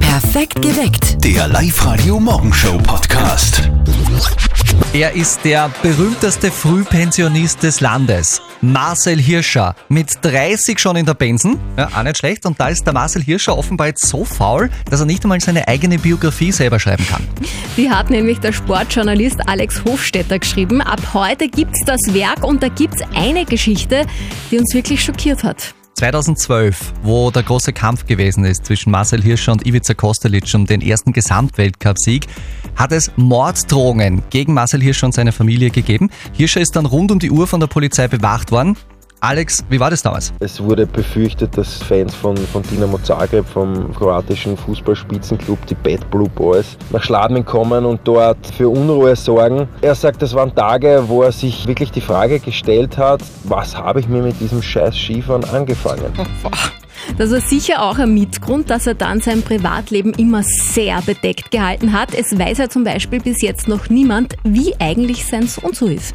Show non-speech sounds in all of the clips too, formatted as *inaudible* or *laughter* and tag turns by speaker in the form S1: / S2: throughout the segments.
S1: Perfekt geweckt.
S2: Der Live-Radio Morgenshow Podcast.
S3: Er ist der berühmteste Frühpensionist des Landes. Marcel Hirscher. Mit 30 schon in der Pension. Ja, auch nicht schlecht. Und da ist der Marcel Hirscher offenbar jetzt so faul, dass er nicht einmal seine eigene Biografie selber schreiben kann.
S4: Die hat nämlich der Sportjournalist Alex Hofstetter geschrieben. Ab heute gibt's das Werk und da gibt's eine Geschichte, die uns wirklich schockiert hat.
S3: 2012, wo der große Kampf gewesen ist zwischen Marcel Hirscher und Ivica Kostelic um den ersten Gesamtweltcupsieg, hat es Morddrohungen gegen Marcel Hirscher und seine Familie gegeben. Hirscher ist dann rund um die Uhr von der Polizei bewacht worden. Alex, wie war das damals?
S5: Es wurde befürchtet, dass Fans von, von Dinamo Zagreb, vom kroatischen Fußballspitzenclub, die Bad Blue Boys, nach Schladming kommen und dort für Unruhe sorgen. Er sagt, das waren Tage, wo er sich wirklich die Frage gestellt hat, was habe ich mir mit diesem scheiß Skifahren angefangen?
S4: Das war sicher auch ein Mitgrund, dass er dann sein Privatleben immer sehr bedeckt gehalten hat. Es weiß ja zum Beispiel bis jetzt noch niemand, wie eigentlich sein Sohn so ist.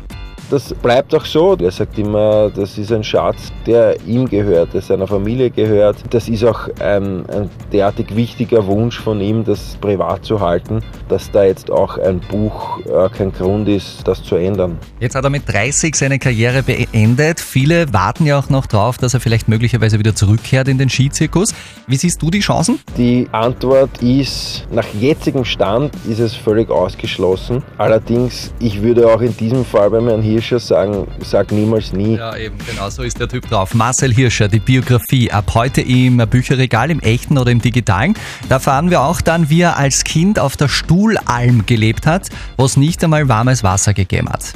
S5: Das bleibt auch so. Er sagt immer, das ist ein Schatz, der ihm gehört, der seiner Familie gehört. Das ist auch ein, ein derartig wichtiger Wunsch von ihm, das privat zu halten, dass da jetzt auch ein Buch äh, kein Grund ist, das zu ändern.
S3: Jetzt hat er mit 30 seine Karriere beendet. Viele warten ja auch noch drauf, dass er vielleicht möglicherweise wieder zurückkehrt in den Skizirkus. Wie siehst du die Chancen?
S5: Die Antwort ist, nach jetzigem Stand ist es völlig ausgeschlossen. Allerdings, ich würde auch in diesem Fall beim Herrn Hirscher sagen, sag niemals nie.
S3: Ja, eben, genau so ist der Typ drauf. Marcel Hirscher, die Biografie, ab heute im Bücherregal, im echten oder im digitalen. Da erfahren wir auch dann, wie er als Kind auf der Stuhlalm gelebt hat, wo es nicht einmal warmes Wasser gegeben hat.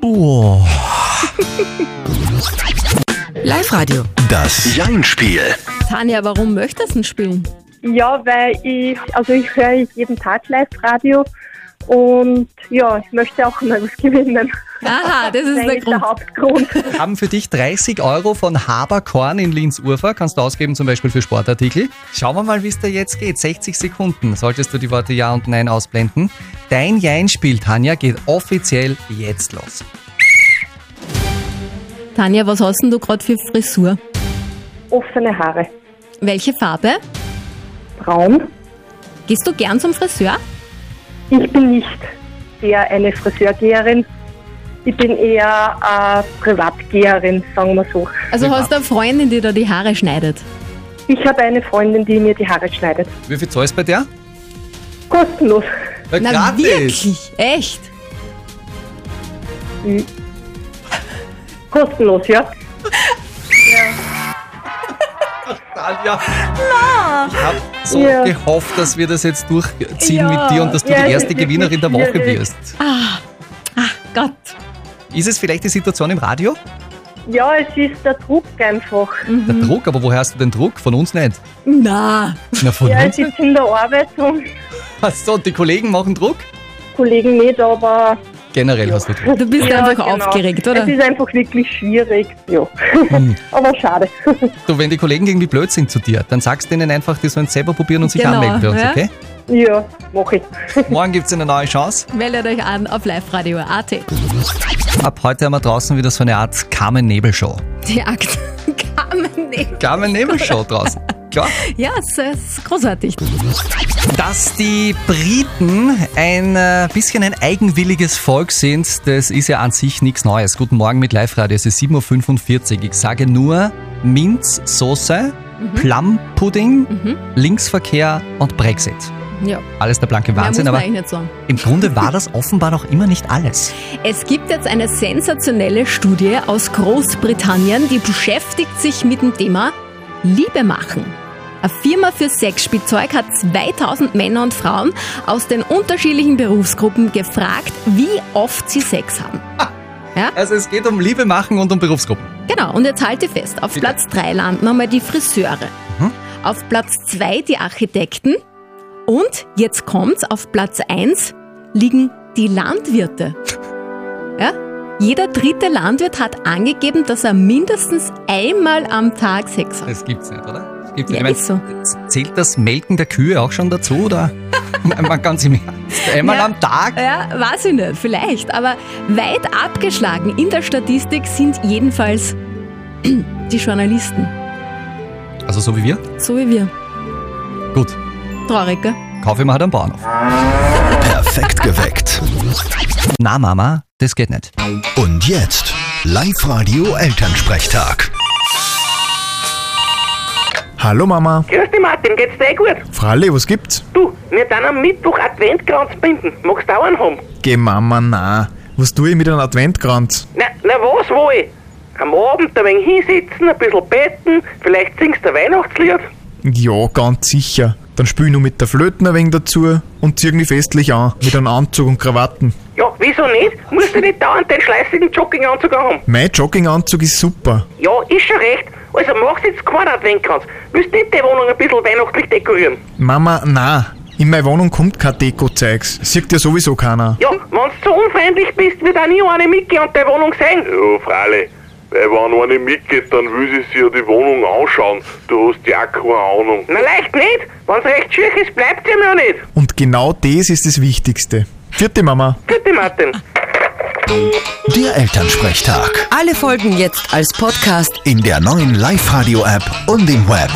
S3: Boah.
S1: Live-Radio.
S2: Das Jein-Spiel.
S4: Tanja, warum möchtest du denn spielen?
S6: Ja, weil ich, also ich höre jeden Tag Live-Radio und ja, ich möchte auch mal was gewinnen.
S4: Aha, Ah, das ist der
S6: eigentlich der
S4: Grund. *laughs*
S6: Hauptgrund.
S3: Wir haben für dich 30 Euro von Haberkorn in Linz-Urfa. Kannst du ausgeben, zum Beispiel für Sportartikel. Schauen wir mal, wie es da jetzt geht. 60 Sekunden solltest du die Worte Ja und Nein ausblenden. Dein Jein-Spiel, Tanja, geht offiziell jetzt los.
S4: Tanja, was hast denn du gerade für Frisur?
S6: Offene Haare.
S4: Welche Farbe?
S6: Braun.
S4: Gehst du gern zum Friseur?
S6: Ich bin nicht eher eine Friseurgeherin. Ich bin eher eine Privatgeherin, sagen wir so.
S4: Also
S3: Ja.
S4: hast du eine Freundin, die da die Haare schneidet?
S6: Ich habe eine Freundin, die mir die Haare schneidet.
S3: Wie viel zahlst du bei der?
S6: Kostenlos.
S3: Na,
S4: Na wirklich? Echt?
S6: Kostenlos, ja.
S3: Tanja. Ich habe so
S6: Ja.
S3: gehofft, dass wir das jetzt durchziehen
S4: Ja.
S3: mit dir und dass du
S6: Ja,
S3: die
S6: es
S3: erste
S6: ist wirklich
S3: Gewinnerin der Woche
S6: schwierig.
S3: wirst.
S4: Gott.
S3: Ist es vielleicht die Situation im Radio?
S6: Ja, es ist der Druck einfach.
S3: Der Druck, aber woher hast du den Druck? Von uns nicht.
S4: Na.
S3: Na, von
S6: Ja,
S3: uns
S4: Mhm.
S6: ich
S3: nicht.
S6: sitze in der Arbeit und
S3: Hast du, und die Kollegen machen Druck?
S6: Kollegen nicht, aber
S3: Generell hast du Druck.
S4: Du bist
S6: Ja,
S4: einfach
S6: genau.
S4: aufgeregt, oder?
S6: Es ist einfach wirklich schwierig, ja.
S3: Hm.
S6: *laughs* Aber schade.
S3: Du, wenn die Kollegen irgendwie blöd sind zu dir, dann sagst du ihnen einfach, die sollen selber probieren und sich
S4: Genau,
S3: anmelden bei uns,
S4: ja. *laughs*
S3: okay?
S6: Ja, mache ich.
S3: Morgen gibt's eine neue Chance.
S4: Meldet euch an auf liveradio.at.
S3: Ab heute haben wir draußen wieder so eine Art Carmen-Nebel-Show.
S4: Die Akten kamen nicht.
S3: *laughs* Carmen-Nebel-Show draußen. Klar.
S4: Ja, es ist großartig.
S3: Dass die Briten ein äh, bisschen ein eigenwilliges Volk sind, das ist ja an sich nichts Neues. Guten Morgen mit Live-Radio, es ist 7.45 Uhr. Ich sage nur Minzsoße,
S4: Mhm.
S3: Plum-Pudding, Linksverkehr und Brexit.
S4: Ja,
S3: Alles der blanke Wahnsinn,
S4: mehr muss man
S3: aber
S4: eigentlich nicht sagen.
S3: im Grunde war das offenbar noch immer nicht alles.
S4: Es gibt jetzt eine sensationelle Studie aus Großbritannien, die beschäftigt sich mit dem Thema Liebe machen. Eine Firma für Sexspielzeug hat 2000 Männer und Frauen aus den unterschiedlichen Berufsgruppen gefragt, wie oft sie Sex haben.
S3: Also es geht um Liebe machen und um Berufsgruppen.
S4: Genau, und jetzt halte ich fest. Auf
S3: Bitte.
S4: Platz 3 landen einmal die Friseure. Auf Platz 2 die Architekten. Und jetzt kommt's, auf Platz 1 liegen die Landwirte. Ja? Jeder dritte Landwirt hat angegeben, dass er mindestens einmal am Tag Sex hat.
S3: Das gibt's nicht, oder? Das gibt's
S4: Ja,
S3: nicht.
S4: ist so.
S3: Zählt das Melken der Kühe auch schon dazu,
S4: *laughs*
S3: oder? Man kann sie mir einmal
S4: Ja.
S3: am Tag.
S4: Ja, weiß ich nicht, vielleicht. Aber weit abgeschlagen in der Statistik sind jedenfalls *clears throat* die Journalisten. Äh.
S3: Also so wie wir.
S4: So wie wir.
S3: Gut. halt
S4: Traurig, gell?
S3: Kaufmann hat am Bahnhof.
S2: Perfekt geweckt.
S3: Na Mama, das geht nicht.
S2: Und jetzt Live-Radio Elternsprechtag.
S7: Hallo Mama.
S8: Grüß dich, Martin, geht's dir eh gut?
S7: Fralli, was gibt's?
S8: Du, wir dann am Mittwoch Adventkranz binden. Magst du auch einen haben?
S7: Geh Mama, na. Was tue ich mit einem Adventkranz?
S8: Na, na was wohl? ich? Am Abend ein wenig hinsitzen, ein bisschen beten, vielleicht singst du ein Weihnachtslied.
S7: Ja, ganz sicher. Dann spiel ich nur mit der Flöten ein wenig dazu und zieh mich festlich an, mit einem Anzug und Krawatten.
S8: Ja, wieso nicht? Musst du nicht dauernd den schleißigen Jogginganzug haben.
S7: Mein Jogginganzug ist super.
S8: Ja, ist schon recht. Also machst jetzt keinen Adventkranz. Willst nicht die Wohnung ein bisschen weihnachtlich dekorieren?
S7: Mama, na. In meine Wohnung kommt kein Deko-Zeugs. Sieht ja sowieso keiner.
S8: Ja, wenn du so unfreundlich bist, wird auch nie eine Mickey an der Wohnung sein.
S9: Ja, freilich. Weil wenn eine mitgeht, dann will sie sich ja die Wohnung anschauen. Du hast ja auch keine Ahnung.
S8: Na, leicht nicht. Wenn's recht schier ist, bleibt sie mir nicht.
S7: Und genau das ist das Wichtigste. Vierte Mama.
S8: Bitte, Martin.
S2: Der Elternsprechtag.
S1: Alle Folgen jetzt als Podcast.
S2: In der neuen Live-Radio-App und im Web.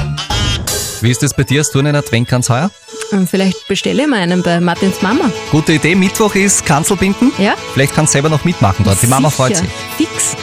S3: Wie ist es bei dir? Hast du einen Adventkranz heuer?
S4: Ähm, Vielleicht bestelle ich mir einen bei Martins Mama.
S3: Gute Idee, Mittwoch ist Kanzelbinden.
S4: Ja.
S3: Vielleicht kannst du selber noch mitmachen dort. Die Mama freut
S4: Sicher.
S3: sich.
S4: Fix.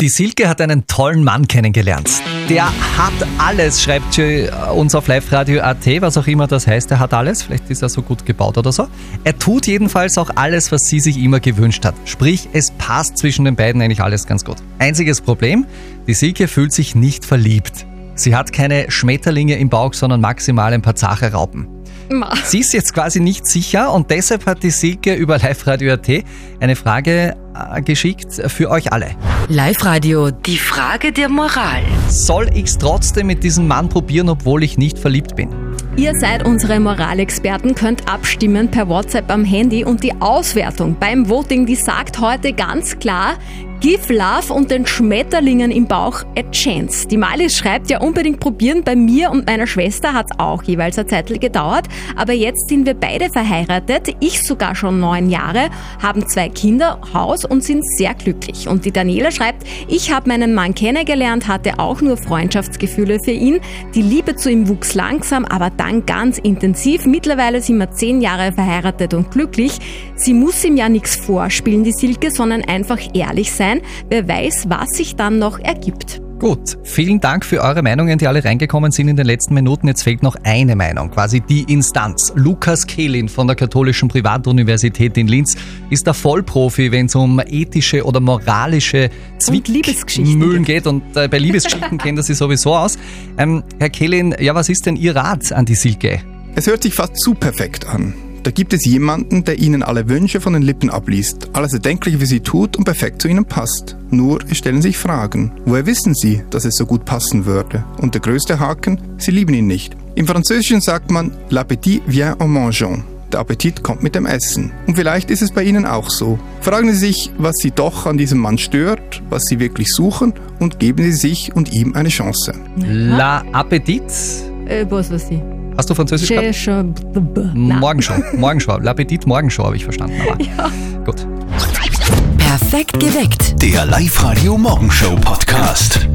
S3: Die Silke hat einen tollen Mann kennengelernt. Der hat alles, schreibt sie äh, uns auf liveradio.at, was auch immer das heißt. Er hat alles. Vielleicht ist er so gut gebaut oder so. Er tut jedenfalls auch alles, was sie sich immer gewünscht hat. Sprich, es passt zwischen den beiden eigentlich alles ganz gut. Einziges Problem, die Silke fühlt sich nicht verliebt. Sie hat keine Schmetterlinge im Bauch, sondern maximal ein paar Zacherraupen.
S4: Ma.
S3: Sie ist jetzt quasi nicht sicher und deshalb hat die Silke über liveradio.at eine Frage äh, geschickt für euch alle.
S1: Live-Radio. Die Frage der Moral.
S3: Soll ich's trotzdem mit diesem Mann probieren, obwohl ich nicht verliebt bin?
S4: Ihr seid unsere Moralexperten, könnt abstimmen per WhatsApp am Handy und die Auswertung beim Voting, die sagt heute ganz klar, Give Love und den Schmetterlingen im Bauch a chance. Die Mali schreibt ja unbedingt probieren, bei mir und meiner Schwester hat's auch jeweils ein Zeitl gedauert, aber jetzt sind wir beide verheiratet, ich sogar schon neun Jahre, haben zwei Kinder, Haus und sind sehr glücklich. Und die Daniela schreibt, ich habe meinen Mann kennengelernt, hatte auch nur Freundschaftsgefühle für ihn, die Liebe zu ihm wuchs langsam, aber dann ganz intensiv. Mittlerweile sind wir zehn Jahre verheiratet und glücklich. Sie muss ihm ja nichts vorspielen, die Silke, sondern einfach ehrlich sein. Wer weiß, was sich dann noch ergibt.
S3: Gut, vielen Dank für eure Meinungen, die alle reingekommen sind in den letzten Minuten. Jetzt fehlt noch eine Meinung, quasi die Instanz. Lukas Kehlin von der Katholischen Privatuniversität in Linz ist der Vollprofi, wenn es um ethische oder moralische
S4: Liebesgeschichten
S3: Zwickmühlen geht. Und äh, bei Liebesgeschichten kennt er sich sowieso aus. Ähm, Herr Kehlin, ja, was ist denn Ihr Rat an die Silke?
S10: Es hört sich fast zu perfekt an. Da gibt es jemanden, der ihnen alle Wünsche von den Lippen abliest, alles Erdenkliche für sie tut und perfekt zu ihnen passt. Nur es stellen sich Fragen. Woher wissen sie, dass es so gut passen würde? Und der größte Haken, sie lieben ihn nicht. Im Französischen sagt man, l'appétit vient en mangeant. Der Appetit kommt mit dem Essen. Und vielleicht ist es bei Ihnen auch so. Fragen Sie sich, was Sie doch an diesem Mann stört, was Sie wirklich suchen und geben Sie sich und ihm eine Chance.
S3: La Appetit.
S4: Äh, was weiß ich.
S3: Hast du Französisch gehabt? Morgenschau, Morgenschau. L'Appetit Morgenschau habe ich verstanden. Aber Gut.
S1: Perfekt geweckt.
S2: Der Live-Radio Morgenshow Podcast.